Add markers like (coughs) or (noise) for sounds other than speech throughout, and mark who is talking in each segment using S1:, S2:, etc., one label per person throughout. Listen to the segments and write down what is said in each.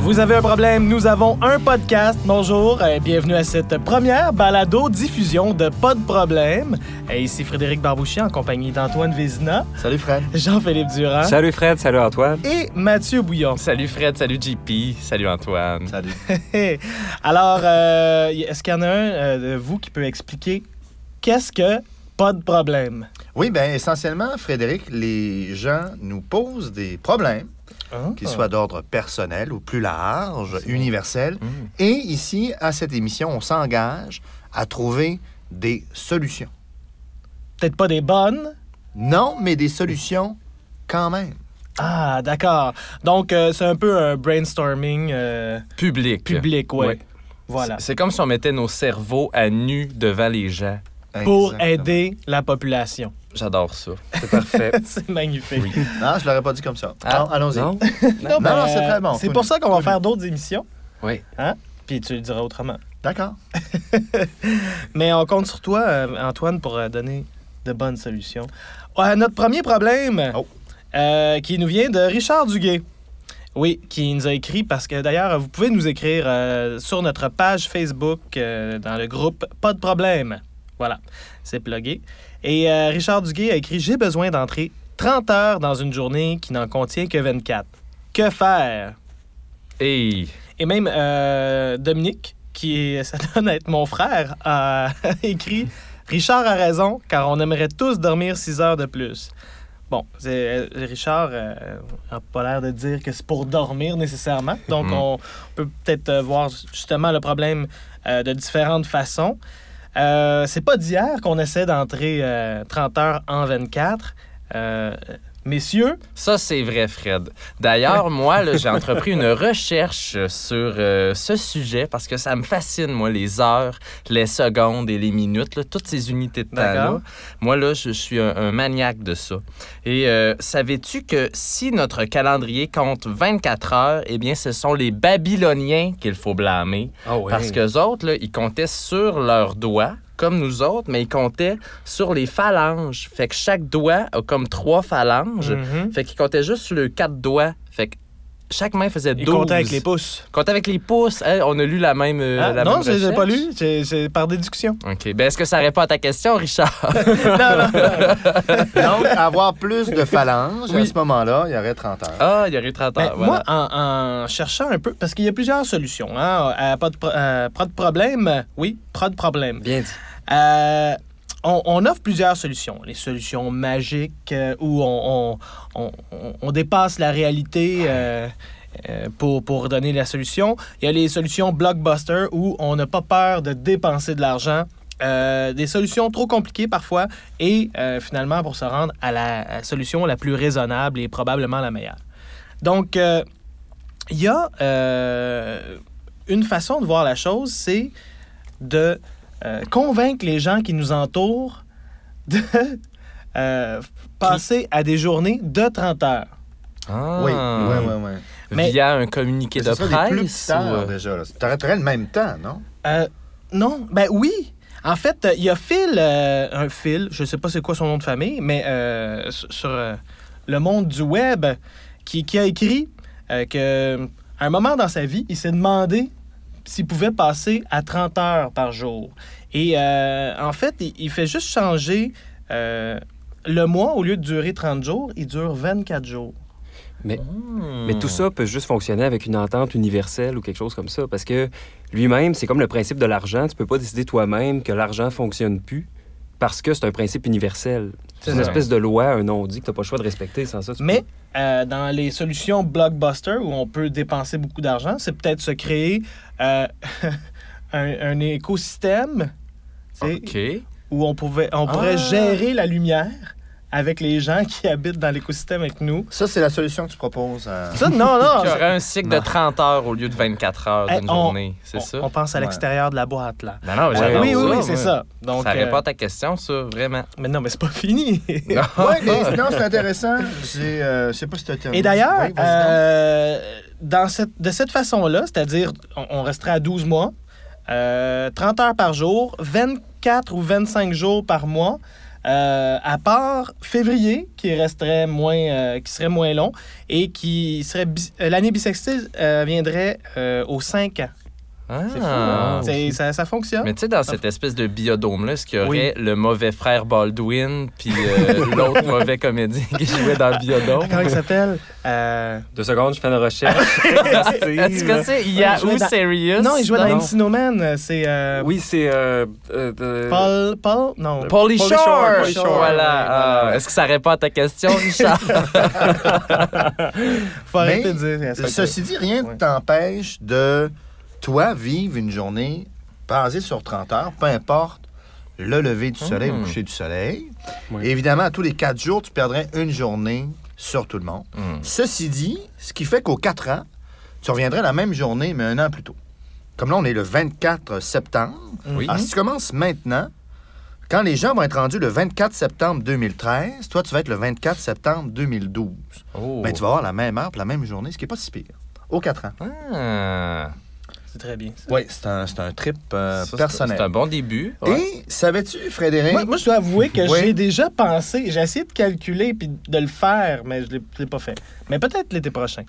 S1: Vous avez un problème, nous avons un podcast. Bonjour et bienvenue à cette première balado-diffusion de Pas de problème. Et ici Frédéric Barbouchier en compagnie d'Antoine Vézina,
S2: Salut Fred.
S1: Jean-Philippe Durand
S3: Hein? Salut Fred, salut Antoine.
S1: et Mathieu Bouillon. (laughs)
S4: Salut Fred, salut JP, salut Antoine.
S2: Salut.
S1: Hé. Alors, euh, y- est-ce qu'il y en a un euh, de vous qui peut expliquer qu'est-ce que pas de problème?
S2: Oui, bien, essentiellement, Frédéric, les gens nous posent des problèmes,
S1: Hein?
S4: Ah.
S2: qu'ils soient d'ordre personnel ou plus large, universel.
S4: Hmm.
S2: Et ici, à cette émission, on s'engage à trouver des solutions.
S1: Peut-être pas des bonnes.
S2: Non, mais des solutions quand même.
S1: Ah, d'accord. Donc, euh, c'est un peu un brainstorming euh,
S4: Public.
S1: public, ouais.
S4: Ouais.
S1: Voilà.
S4: C'est- C'est comme si on mettait nos cerveaux à nu devant les gens.
S1: Pour
S2: Exactement.
S1: aider la population. (laughs)
S4: J'adore ça. C'est parfait.
S1: c'est magnifique.
S2: Non, je l'aurais pas dit comme ça.
S4: Ah,
S2: Non, (laughs) allons-y.
S1: Non,
S4: non?
S2: Non,
S1: mais,
S2: non, c'est
S1: euh,
S2: très bon.
S1: C'est
S2: Faut
S1: pour
S2: le-
S1: ça qu'on
S2: faut
S1: va
S2: le-
S1: faire d'autres émissions, Hein?
S4: Oui.
S1: puis tu le diras autrement.
S2: D'accord.
S1: Mais on compte sur toi, euh, Antoine, pour euh, donner de bonnes solutions. Euh, notre premier problème,
S2: Oh.
S1: euh, qui nous vient de Richard Duguay. Oui, qui nous a écrit parce que d'ailleurs, vous pouvez nous écrire euh, sur notre page Facebook euh, dans le groupe Pas de problème. Voilà, c'est plugué. Et euh, Richard Duguay a écrit J'ai besoin d'entrer 30 heures dans une journée qui n'en contient que 24. Que faire
S4: Et
S1: Et même euh, Dominique, qui est- ça donne à être mon frère, a (laughs) écrit Richard a raison, car on aimerait tous dormir 6 heures de plus. Bon, c'est- euh, Richard euh, n'a pas l'air de dire que c'est pour dormir nécessairement. Donc,
S4: Mhm.
S1: on peut peut-être euh, voir justement le problème euh, de différentes façons. Euh, c'est pas d'hier qu'on essaie d'entrer euh, 30 heures en 24. Euh, messieurs,
S4: ça, c'est vrai, Fred. D'ailleurs, moi, là, j'ai entrepris une recherche sur euh, ce sujet parce que ça me fascine, moi, les heures, les secondes et les minutes, là, toutes ces unités de
S1: D'accord.
S4: temps-là. Moi, là, je suis un, un maniaque de ça. Et euh, savais-tu que si notre calendrier compte 24 heures, eh bien, ce sont les Babyloniens qu'il faut blâmer. Parce qu'eux autres, là, ils comptaient sur leurs doigts, comme nous autres, mais ils comptaient sur les phalanges. Fait que chaque doigt a comme trois phalanges.
S1: Mhm.
S4: Fait qu'ils comptaient juste sur le quatre doigts. Fait que chaque main faisait 12.
S1: ils comptent avec les pouces.
S4: Comptaient avec les pouces. Hey, on a lu la même. euh,
S1: Ah,
S4: la
S1: non,
S4: même
S1: je l'ai pas
S4: recherche.
S1: lu. C'est- C'est par déduction.
S4: OK. Ben, est-ce que ça répond à ta question, Richard?
S1: non, non.
S2: Donc, avoir plus de phalanges, à
S4: Oui.
S2: ce moment-là, il y aurait 30 heures.
S4: Ah, il y aurait 30
S1: Ben,
S4: heures.
S1: Moi,
S4: voilà.
S1: en, en cherchant un peu, parce qu'il y a plusieurs solutions. Hein, à pas, de pro- euh, pas de problème. Oui, pas de problème.
S4: Bien dit.
S1: Euh, on, on offre plusieurs solutions. Les solutions magiques euh, où on, on- on- on- on dépasse la réalité euh, euh, pour, pour donner la solution. Il y a les solutions blockbuster où on n'a pas peur de dépenser de l'argent. Euh, des solutions trop compliquées parfois et euh, finalement pour se rendre à la à la solution la plus raisonnable et probablement la meilleure. Donc, euh, il y a euh, une façon de voir la chose, c'est de euh, convaincre les gens qui nous entourent de euh, passer à des journées de 30 heures.
S4: Ah.
S2: Oui, oui, oui, oui.
S1: Mais-
S4: Via un communiqué
S2: Mais
S4: de
S2: ce serait
S4: presse.
S2: des plus petites
S4: ou,
S2: heures,
S4: euh,
S2: déjà. là. T'arrêterais le même temps, non?
S1: Euh, non, ben oui. En fait, euh, il y a Phil, euh, un Phil, je sais pas c'est quoi son nom de famille, mais euh, sur sur, euh, le monde du web, qui, qui a écrit euh, que à un moment dans sa vie, il s'est demandé s'il pouvait passer à 30 heures par jour. Et euh, en fait, il, il fait juste changer euh, le mois, au lieu de durer 30 jours, il dure 24 jours.
S3: Mais,
S4: Hmm.
S3: mais tout ça peut juste fonctionner avec une entente universelle ou quelque chose comme ça. Parce que lui-même, c'est comme le principe de l'argent. Tu peux pas décider toi-même que l'argent fonctionne plus parce que c'est un principe universel.
S1: C'est
S3: C'est une
S1: ça.
S3: espèce de loi, un non-dit que t'as pas le choix de respecter. Sans ça, tu
S1: Mais euh, dans les solutions blockbuster où on peut dépenser beaucoup d'argent, c'est peut-être se créer euh, (laughs) un, un écosystème tu sais,
S4: OK.
S1: où on, pouvait, on
S4: Ah.
S1: pourrait gérer la lumière avec les gens qui (laughs) habitent dans l'écosystème avec nous.
S2: Ça, c'est la solution que tu proposes. à-
S1: Ah, Ça, non,
S4: (laughs)
S1: non.
S4: Il y aurait un cycle
S2: Non.
S4: de 30 heures au lieu de 24 heures
S1: Hey,
S4: d'une
S1: on-
S4: journée. C'est
S1: on,
S4: ça?
S1: on pense à
S2: Ouais.
S1: l'extérieur de la boîte, là.
S4: Non, non, mais
S3: Ouais.
S4: j'adore
S1: oui, oui,
S4: ça,
S1: oui,
S4: moi.
S1: c'est ça. Donc,
S4: ça répond
S1: euh,
S4: à ta question, ça, vraiment.
S1: mais non, mais c'est pas (laughs) fini.
S2: Ouais, mais non, c'est intéressant. J'ai, euh, je sais pas si t'as terminé.
S1: Et d'ailleurs,
S2: Oui, vas-y donc.
S1: euh, dans cette, de cette façon-là, c'est-à-dire on, on resterait à 12 mois, euh, 30 heures par jour, 24 ou 25 jours par mois, euh, à part février, qui resterait moins, euh, qui serait moins long et qui serait bi- euh, l'année bissextile euh, viendrait euh, aux 5 ans.
S4: Ah.
S1: C'est fou, hein? C'est- ça, ça fonctionne.
S4: Mais tu sais, dans cette espèce de biodôme-là, est-ce qu'il y aurait le mauvais frère Baldwin puis euh,
S1: (laughs)
S4: l'autre mauvais comédien qui jouait dans le biodôme?
S1: Comment il s'appelle Euh,
S3: Deux secondes, je fais
S1: (laughs)
S3: une recherche. (laughs)
S4: Est-ce que
S3: exhaustive.
S4: c'est
S1: il jouait
S4: Yahoo
S1: dans-
S4: Serious?
S1: Non, il jouait dans
S3: non.
S1: Encino Man. C'est euh,
S3: oui, c'est. euh, euh, de-
S1: Paul. Paul Non.
S4: Paulie Shore!
S3: Shore, Pauly
S1: Shore, ouais,
S4: Voilà.
S1: voilà.
S4: Ah, Est-ce que ça répond à ta question, Richard?
S1: Faut arrêter de
S2: Mais
S1: dire. ça.
S2: Ceci dit, rien ne
S1: Ouais.
S2: t'empêche de, toi, vivre une journée basée sur 30 heures, peu importe le lever du soleil
S1: Hmm.
S2: ou le
S4: Mm.
S2: coucher du soleil.
S3: Oui.
S2: Et Évidemment, à tous les quatre jours, tu perdrais une journée sur tout le monde.
S4: Hmm.
S2: Ceci dit, ce qui fait qu'aux quatre ans, tu reviendrais la même journée, mais un an plus tôt. Comme là, on est le 24 septembre.
S4: Oui.
S1: Ah,
S2: Alors, Ah, si tu commences maintenant, quand les gens vont être rendus le 24 septembre 2013, toi, tu vas être le 24 septembre 2012.
S4: Oh.
S2: Ben, tu vas avoir la même heure, puis la même journée, ce qui n'est pas si pire. Aux quatre ans.
S4: Ah.
S1: C'est très bien. ça.
S2: Oui, c'est un, c'est un trip euh,
S4: Ça, c'est-
S2: personnel.
S4: C'est un bon début. ouais.
S2: Et savais-tu, Frédéric?
S1: Moi, moi, je dois avouer que
S2: Oui.
S1: j'ai déjà pensé, j'ai essayé de calculer puis de le faire, mais je ne l'ai, je l'ai pas fait. Mais peut-être l'été prochain.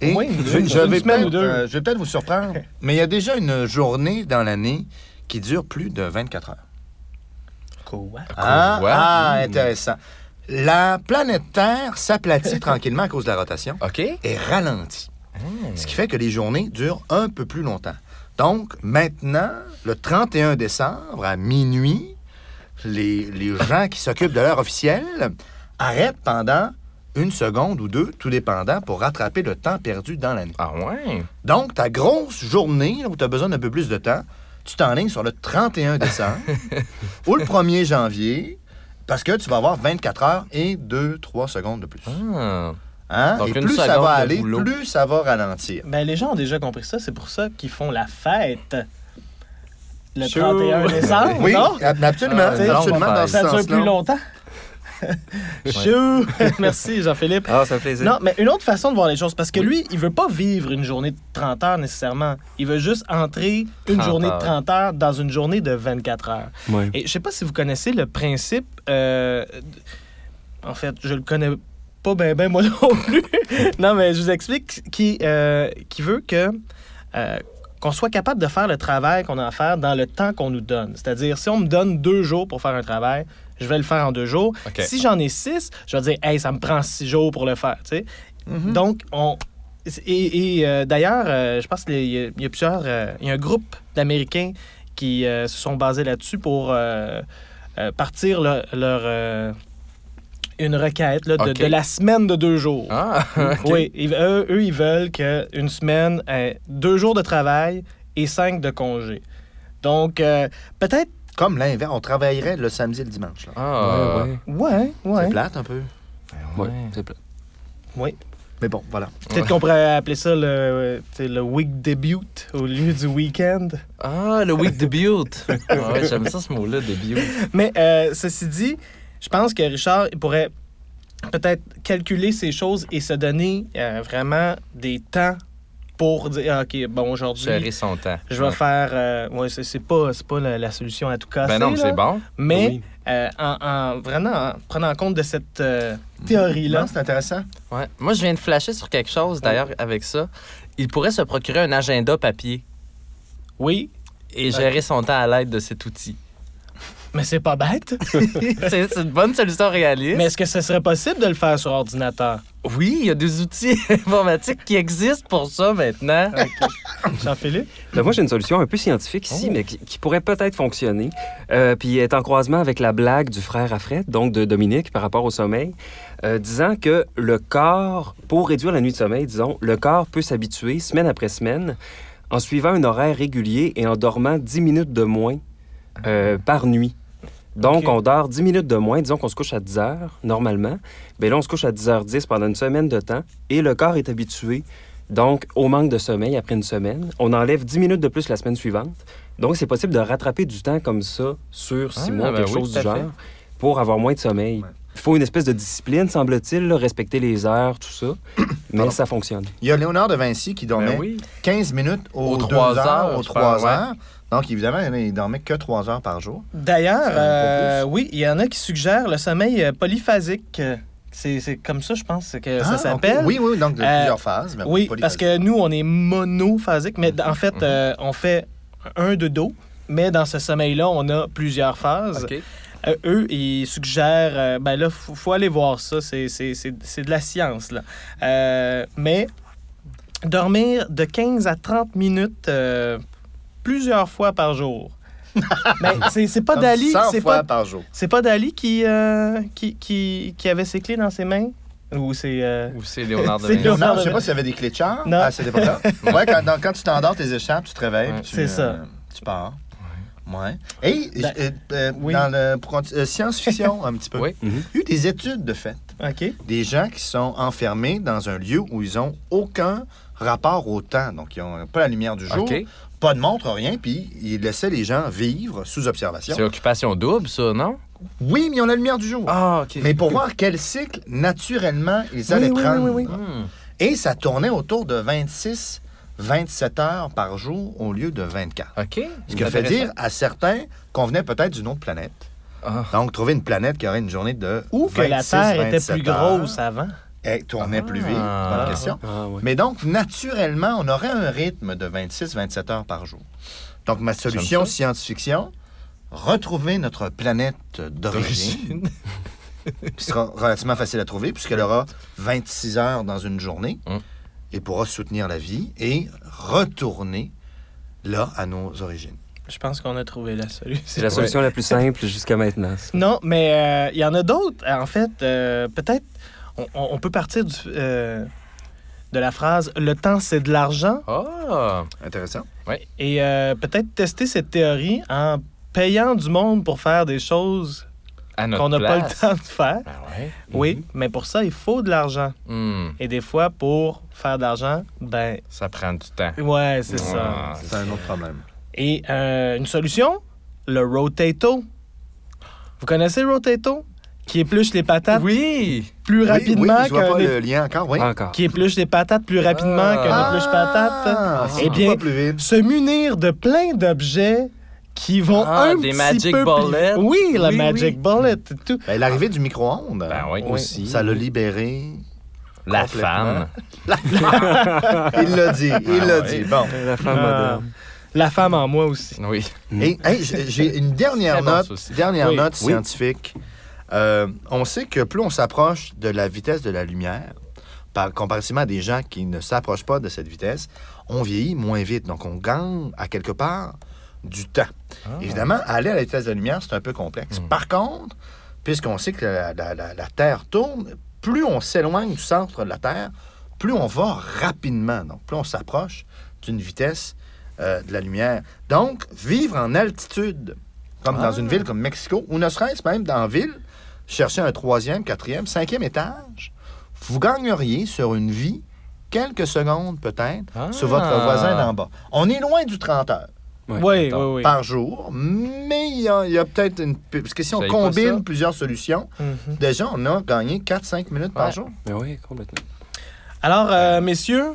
S2: Et
S1: Oui, une-
S2: je, je
S1: une
S2: vais
S1: semaine ou
S2: peut-être
S1: deux.
S2: euh, je vais peut-être vous (laughs) surprendre, mais il y a déjà une journée dans l'année qui dure plus de 24 heures.
S1: Quoi?
S2: Ah,
S4: Quoi?
S2: ah,
S4: Hmm.
S2: intéressant. La planète Terre (laughs) s'aplatit tranquillement à cause de la rotation
S4: OK.
S2: et ralentit, ce qui fait que les journées durent un peu plus longtemps. Donc, maintenant, le 31 décembre, à minuit, les, les gens qui s'occupent de l'heure officielle arrêtent pendant une seconde ou deux, tout dépendant, pour rattraper le temps perdu dans l'année.
S4: Ah ouais.
S2: Donc, ta grosse journée, là, où tu as besoin d'un peu plus de temps, tu t'enlignes sur le 31 décembre ou le 1er janvier parce que tu vas avoir 24 heures et 2-3 secondes de plus.
S4: Ah.
S2: Hein?
S4: Donc,
S2: et
S4: une
S2: plus ça
S4: seconde
S2: va
S4: de
S2: aller,
S4: boulot.
S2: plus ça va ralentir.
S1: Ben, les gens ont déjà compris ça, c'est pour ça qu'ils font la fête le
S3: Chou.
S1: 31 décembre,
S2: Oui,
S1: Ah, non?
S2: ab- absolument,
S4: Ah, c'est
S2: absolument
S4: long,
S2: dans ce
S1: Ça dure plus
S2: sens-là.
S1: longtemps. Chou! (laughs) Merci, Jean-Philippe.
S3: Ah, ça me plaisir.
S1: Non, mais une autre façon de voir les choses, parce que lui, il veut pas vivre une journée de 30 heures nécessairement. Il veut juste entrer une
S4: 30
S1: journée de
S4: heures.
S1: 30 heures dans une journée de 24 heures.
S3: Ouais.
S1: Et je sais pas si vous connaissez le principe. euh, d- en fait, je le connais pas bien, ben moi (laughs) non plus. non, mais je vous explique qui, euh, qui veut que. euh, qu'on soit capable de faire le travail qu'on a à faire dans le temps qu'on nous donne. C'est-à-dire, si on me donne deux jours pour faire un travail, je vais le faire en deux jours.
S4: OK.
S1: Si j'en ai six, je vais dire, hey, ça me prend six jours pour le faire. tu sais. Donc, on. Et, et, euh, d'ailleurs, euh, je pense qu'il y, a- il y a plusieurs. euh, il y a un groupe d'Américains qui euh, se sont basés là-dessus pour euh, euh, partir le- leur. euh, une requête là, de,
S4: OK.
S1: de la semaine de deux jours.
S4: Ah.
S1: (laughs) Oui, ils- eux, eux, ils veulent qu'une semaine, ait deux jours de travail et cinq de congé. Donc, euh, peut-être.
S2: Comme l'inverse, on travaillerait le samedi et le dimanche. là.
S4: Ah.
S3: Ouais, ouais.
S1: Ouais,
S2: C'est
S1: ouais.
S2: plate un peu.
S3: Ouais, c'est plat.
S2: Mais bon, voilà.
S1: Peut-être qu'on pourrait appeler ça le, euh, tu sais, le week debut au lieu du week-end.
S4: Ah, le week debut. ah ouais, j'aime ça ce mot-là, debut.
S1: Mais euh, ceci dit, je pense que Richard il pourrait peut-être calculer ces choses et se donner euh, vraiment des temps pour dire ah, OK, bon,
S4: Gérer
S1: aujourd'hui,
S4: son temps.
S1: je vais faire. euh, ouais, c'est, c'est pas, c'est pas la, la solution à tout cas.
S4: Ben non, mais c'est bon.
S1: Mais
S3: Oui.
S1: euh, en, en- vraiment en prenant compte de cette euh, théorie-là.
S2: Non, c'est intéressant.
S4: Ouais. Moi, je viens de flasher sur quelque chose, d'ailleurs, avec ça. Il pourrait se procurer un agenda papier
S1: Oui,
S4: et gérer son temps à l'aide de cet outil. (laughs)
S1: mais c'est pas bête.
S4: c'est c'est une bonne solution réaliste.
S1: mais est-ce que ce serait possible de le faire sur ordinateur?
S4: Oui, il y a des outils (laughs) informatiques qui existent pour ça maintenant.
S1: Jean-Philippe?
S3: Ben, moi, j'ai une solution un peu scientifique ici, mais qui, qui pourrait peut-être fonctionner, euh, puis est en croisement avec la blague du frère à Fred, donc de Dominique, par rapport au sommeil, euh, disant que le corps, pour réduire la nuit de sommeil, disons, le corps peut s'habituer semaine après semaine en suivant un horaire régulier et en dormant 10 minutes de moins euh, par nuit. Donc,
S1: Ok.
S3: on dort 10 minutes de moins, disons qu'on se couche à 10 heures, normalement. Bien là, on se couche à 10h10 pendant une semaine de temps et le corps est habitué donc, au manque de sommeil après une semaine, on enlève 10 minutes de plus la semaine suivante. Donc, c'est possible de rattraper du temps comme ça sur six
S4: Ah,
S3: mois,
S4: ben
S3: quelque
S4: oui,
S3: chose
S4: tout
S3: du
S4: à
S3: genre,
S4: fait.
S3: pour avoir moins de sommeil. Il
S2: Ouais.
S3: faut une espèce de discipline, semble-t-il, là, respecter les heures,
S4: (coughs)
S3: tout ça. Mais ça fonctionne.
S2: Il y a Léonard de Vinci qui dormait
S4: Ben oui.
S2: 15 minutes aux,
S4: Aux
S2: 3
S4: trois
S2: heures,
S4: heures,
S2: aux
S4: je
S2: 3
S4: pense, ouais.
S2: heures. Donc, évidemment, il y en a, ils dormaient que trois heures par jour.
S1: D'ailleurs,
S2: Ça va pas
S1: euh, oui, il y en a qui suggèrent le sommeil euh, polyphasique. C'est c'est comme ça, je pense, que
S2: Ah,
S1: ça
S2: ok.
S1: s'appelle.
S2: Oui, oui, donc de
S1: Euh,
S2: plusieurs phases. Mais
S1: Oui,
S2: polyphasique. Mhm.
S1: parce que nous, on est monophasique, mais d- en fait, euh, on fait un de dos, mais dans ce sommeil-là, on a plusieurs phases.
S3: OK.
S1: Euh, eux, ils suggèrent, euh, ben là, faut, faut aller voir ça, c'est, c'est, c'est, c'est de la science, là. Euh, mais dormir de 15 à 30 minutes euh, plusieurs fois par
S2: (laughs)
S1: jour. Mais c'est, c'est pas
S2: Comme
S1: Dali,
S2: 100
S1: c'est
S2: fois
S1: pas,
S2: par jour.
S1: c'est pas Dali qui, euh, qui, qui, qui avait ses clés dans ses mains? Ou c'est... euh,
S4: Ou c'est Léonard de
S1: C'est
S4: Vinci.
S1: Léonard.
S2: Non, je sais pas s'il y avait des clés de char
S1: Non.
S2: à cette
S1: (laughs)
S2: époque-là. ouais, quand, donc, quand tu t'endors, tes échappes, tu te réveilles.
S4: Ouais.
S2: puis tu, euh,
S1: C'est ça.
S2: Tu pars. Ouais. Et
S1: Ben,
S2: euh, euh,
S1: oui.
S2: dans le pour conti-
S1: (laughs)
S2: euh, science-fiction, un petit peu,
S4: Oui.
S3: Mhm.
S2: il y a eu des études de fait.
S1: OK.
S2: Des gens qui sont enfermés dans un lieu où ils ont aucun rapport au temps. Donc, ils n'ont pas la lumière du jour,
S3: OK.
S2: pas de montre, rien, puis ils laissaient les gens vivre sous observation.
S4: C'est occupation double, ça, non?
S2: Oui, mais ils ont la lumière du jour.
S4: Ah, OK.
S2: Mais pour voir quel cycle, naturellement, ils allaient
S1: Oui, oui,
S2: prendre.
S1: oui, oui,
S4: Hmm.
S2: Et ça tournait autour de 26, 27 heures par jour au lieu de 24.
S4: OK.
S2: Ce qui fait dire à certains qu'on venait peut-être d'une autre planète.
S4: Ah.
S2: Donc, trouver une planète qui aurait une journée de.
S1: Ou que la
S2: 26,
S1: Terre était
S2: 27
S1: plus
S2: heures,
S1: grosse avant.
S2: Et tournait plus vite.
S4: Ah.
S2: Bonne question.
S3: Ah, ouais.
S2: Mais donc, naturellement, on aurait un rythme de 26-27 heures par jour. Donc, ma solution
S4: J'aime
S2: science-fiction, retrouver notre planète d'origine, qui sera relativement facile à trouver, puisqu'elle aura 26 heures dans une journée,
S4: Hum.
S2: et pourra soutenir la vie, et retourner là à nos origines.
S1: Je pense qu'on a trouvé la solution.
S3: C'est la solution la plus simple jusqu'à maintenant. ça.
S1: Non, mais euh, il y en a d'autres. En fait, euh, peut-être, on, on- on peut partir du, euh, de la phrase « le temps, c'est de l'argent
S4: Ah!
S2: Intéressant. ».
S1: Et euh, peut-être tester cette théorie en payant du monde pour faire des choses
S4: À notre
S1: qu'on n'a pas le
S4: place.
S1: temps de faire.
S4: Ben ouais.
S1: Oui, mais pour ça, il faut de l'argent.
S4: Hmm.
S1: Et des fois, pour faire de l'argent, ben...
S4: Ça prend du temps.
S1: Ouais, c'est ça.
S4: Ah.
S2: C'est un autre problème.
S1: Et euh, une solution, le rotato. Vous connaissez le rotato? Qui épluche les patates
S4: Oui!
S1: plus
S2: Oui,
S1: rapidement
S2: oui, je vois
S1: qu'un
S2: pas
S1: é-
S2: le lien encore, oui.
S3: Encore.
S1: qui épluche des patates plus rapidement
S4: Ah.
S1: qu'un épluche patate.
S2: Ah, c'est
S1: Eh bien,
S2: pas plus vite.
S1: Se munir de plein d'objets qui vont
S4: Ah,
S1: un
S4: des
S1: petit
S4: Magic
S1: peu plus-
S4: Bullet.
S1: Oui, la
S4: Oui,
S1: Magic
S4: oui.
S1: Bullet et tout.
S2: Ben, L'arrivée du micro-ondes,
S4: Ben oui.
S3: Aussi.
S2: ça l'a libéré.
S4: La
S2: Complètement.
S4: femme.
S2: Il l'a dit, il l'a
S4: oui.
S2: dit. Ah Bon.
S3: La femme
S1: Ah.
S3: moderne.
S1: La femme en moi aussi.
S4: Oui.
S2: Et hey, j'ai j'ai une dernière
S4: Très bon,
S2: note,
S4: ça aussi.
S2: dernière
S1: Oui.
S2: note
S3: Oui.
S2: scientifique. Euh, on sait que plus on s'approche de la vitesse de la lumière, par comparativement à des gens qui ne s'approchent pas de cette vitesse, on vieillit moins vite. Donc, on gagne à quelque part du temps. Évidemment, aller à la vitesse de la lumière, c'est un peu complexe. Par contre, puisqu'on sait que la, la- la- la Terre tourne, plus on s'éloigne du centre de la Terre, plus on va rapidement. Donc, plus on s'approche d'une vitesse euh, de la lumière. Donc, vivre en altitude, comme
S4: Ah.
S2: dans une ville comme Mexico, ou ne serait-ce même dans la ville, chercher un troisième, quatrième, cinquième étage, vous gagneriez sur une vie quelques secondes peut-être
S4: Ah.
S2: sur votre voisin d'en bas. On est loin du 30 heures
S3: Ouais,
S1: Oui, oui,
S4: attends.
S1: oui.
S2: par jour, mais il y a, il y a peut-être une... Parce que si on
S4: J'avais pas ça.
S2: combine plusieurs solutions,
S1: Mhm.
S2: déjà, on a gagné 4-5 minutes par
S4: Ouais.
S2: jour.
S3: Mais oui, complètement.
S1: Alors, euh, messieurs,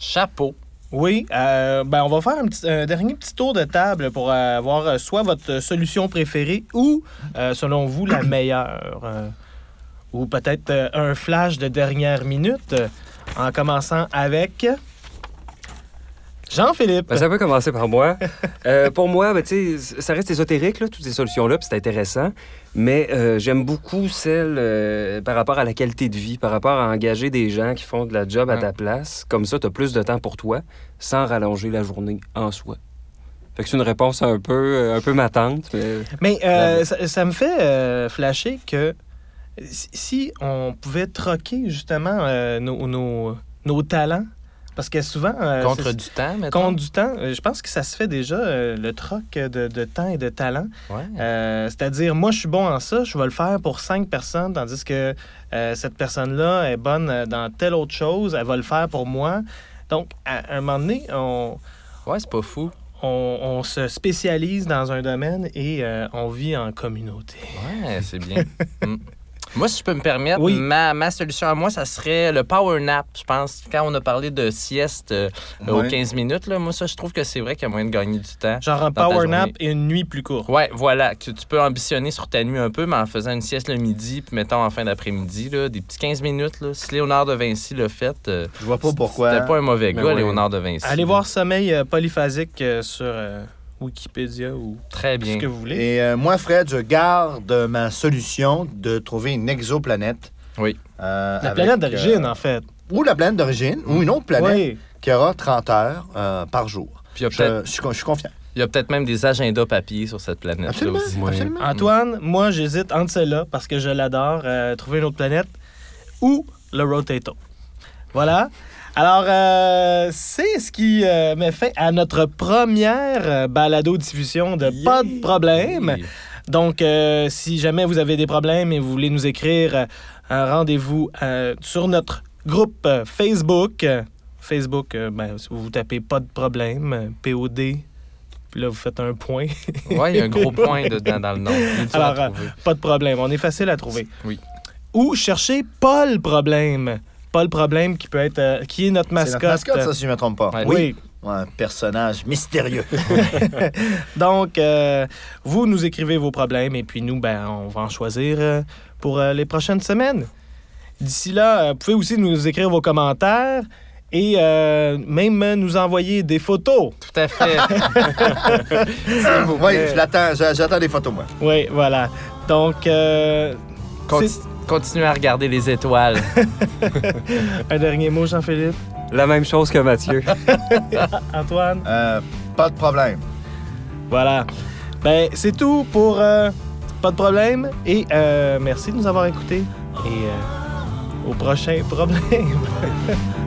S4: Chapeau.
S1: oui, euh, ben on va faire un, petit- un dernier petit tour de table pour euh, avoir euh, soit votre solution préférée ou, euh, selon vous, la meilleure. euh, ou peut-être euh, un flash de dernière minute, euh, en commençant avec Jean-Philippe.
S3: Ben, ça peut commencer par moi. Euh, pour moi, ben, tu sais, ça reste ésotérique, là, toutes ces solutions-là, puis c'est intéressant. Mais euh, j'aime beaucoup celle euh, par rapport à la qualité de vie, par rapport à engager des gens qui font de la
S1: Ah.
S3: job à ta place. Comme ça, tu as plus de temps pour toi, sans rallonger la journée en soi. Fait que c'est une réponse un peu, euh, un peu matante. mais-
S1: Mais euh,
S3: Bravo.
S1: ça, ça me fait euh, flasher que si- si on pouvait troquer justement euh, nos, nos- nos talents, parce que souvent... euh,
S4: Contre
S1: c'est-
S4: du temps, mettons.
S1: Compte du temps, euh, je pense que ça se fait déjà, euh, le troc de, de temps et de talent.
S4: Ouais.
S1: Euh, C'est-à-dire, moi, je suis bon en ça, je vais le faire pour cinq personnes, tandis que euh, cette personne-là est bonne euh, dans telle autre chose, elle va le faire pour moi. Donc, à un moment donné, on,
S4: Ouais, c'est pas fou.
S1: on, on se spécialise dans un domaine et euh, on vit en communauté. (laughs)
S4: Ouais, c'est bien. Mm. Moi, si je peux me permettre,
S1: Oui.
S4: ma, ma solution à moi, ça serait le power nap. Je pense, quand on a parlé de sieste euh, aux
S2: Ouais.
S4: 15 minutes, là, moi, ça, je trouve que c'est vrai qu'il y a moyen de gagner du temps.
S1: Genre un
S4: Dans ta
S1: power
S4: journée.
S1: nap et une nuit plus courte.
S4: Ouais, voilà, que tu peux ambitionner sur ta nuit un peu, mais en faisant une sieste le midi, puis mettons en fin d'après-midi, là, des petits 15 minutes. Là. Si Léonard de Vinci l'a fait, euh,
S2: Je vois pas
S4: c'était
S2: pourquoi.
S4: pas un mauvais
S3: Mais
S4: gars,
S3: ouais.
S4: Léonard de Vinci.
S1: Ben Allez voir Sommeil euh, polyphasique euh, sur euh, Wikipédia ou
S4: Très Eh bien.
S1: ce que vous voulez.
S2: Et euh, moi, Fred, je garde ma solution de trouver une exoplanète.
S4: Oui.
S2: Euh,
S1: La
S2: avec,
S1: planète d'origine,
S2: euh,
S1: en fait.
S2: Ou la planète d'origine, ou une autre planète
S1: Oui.
S2: qui aura 30 heures euh, par jour.
S4: Puis il y a
S2: Je,
S4: peut-être-
S2: je suis con- je suis confiant.
S4: il y a peut-être même des agendas papier sur cette planète-là
S2: Absolument.
S4: aussi.
S3: Ouais.
S2: absolument.
S1: Antoine, moi, j'hésite entre celle-là, parce que je l'adore, euh, trouver une autre planète, ou le Rotato. Voilà. Alors, euh, c'est ce qui euh, met fin à notre première euh, balado-diffusion de Pas de problème. Donc, euh, si jamais vous avez des problèmes et vous voulez nous écrire, euh, un rendez-vous euh, sur notre groupe euh, Facebook. Euh, Facebook, euh, ben, si vous tapez pas de problème, euh, POD, puis là, vous faites un point.
S4: Ouais, il y a un gros point dedans dans le nom. Il est dur à
S1: Alors, euh,
S4: trouver.
S1: pas de problème, on est facile à trouver.
S4: Oui.
S1: Ou cherchez Paul Problème. Paul Problème qui peut être, euh, qui est notre
S2: C'est
S1: mascotte.
S2: notre mascotte, ça, si je ne me trompe pas.
S4: Ouais.
S1: oui.
S2: Un personnage mystérieux.
S1: Donc, euh, vous nous écrivez vos problèmes et puis nous, ben, on va en choisir euh, pour euh, les prochaines semaines. D'ici là, euh, vous pouvez aussi nous écrire vos commentaires et euh, même euh, nous envoyer des photos.
S4: Tout à fait.
S1: euh,
S2: oui, je l'attends, je- j'attends des photos, moi.
S1: Oui, voilà. Donc, euh,
S4: Conti-
S1: c'est-
S4: Continuez à regarder les étoiles.
S1: un dernier mot, Jean-Philippe,
S3: La même chose que Mathieu.
S1: Antoine.
S2: Euh, pas de problème.
S1: Voilà. Ben, c'est tout pour euh, Pas de problème et euh, merci de nous avoir écoutés. Et euh, au prochain problème. (laughs)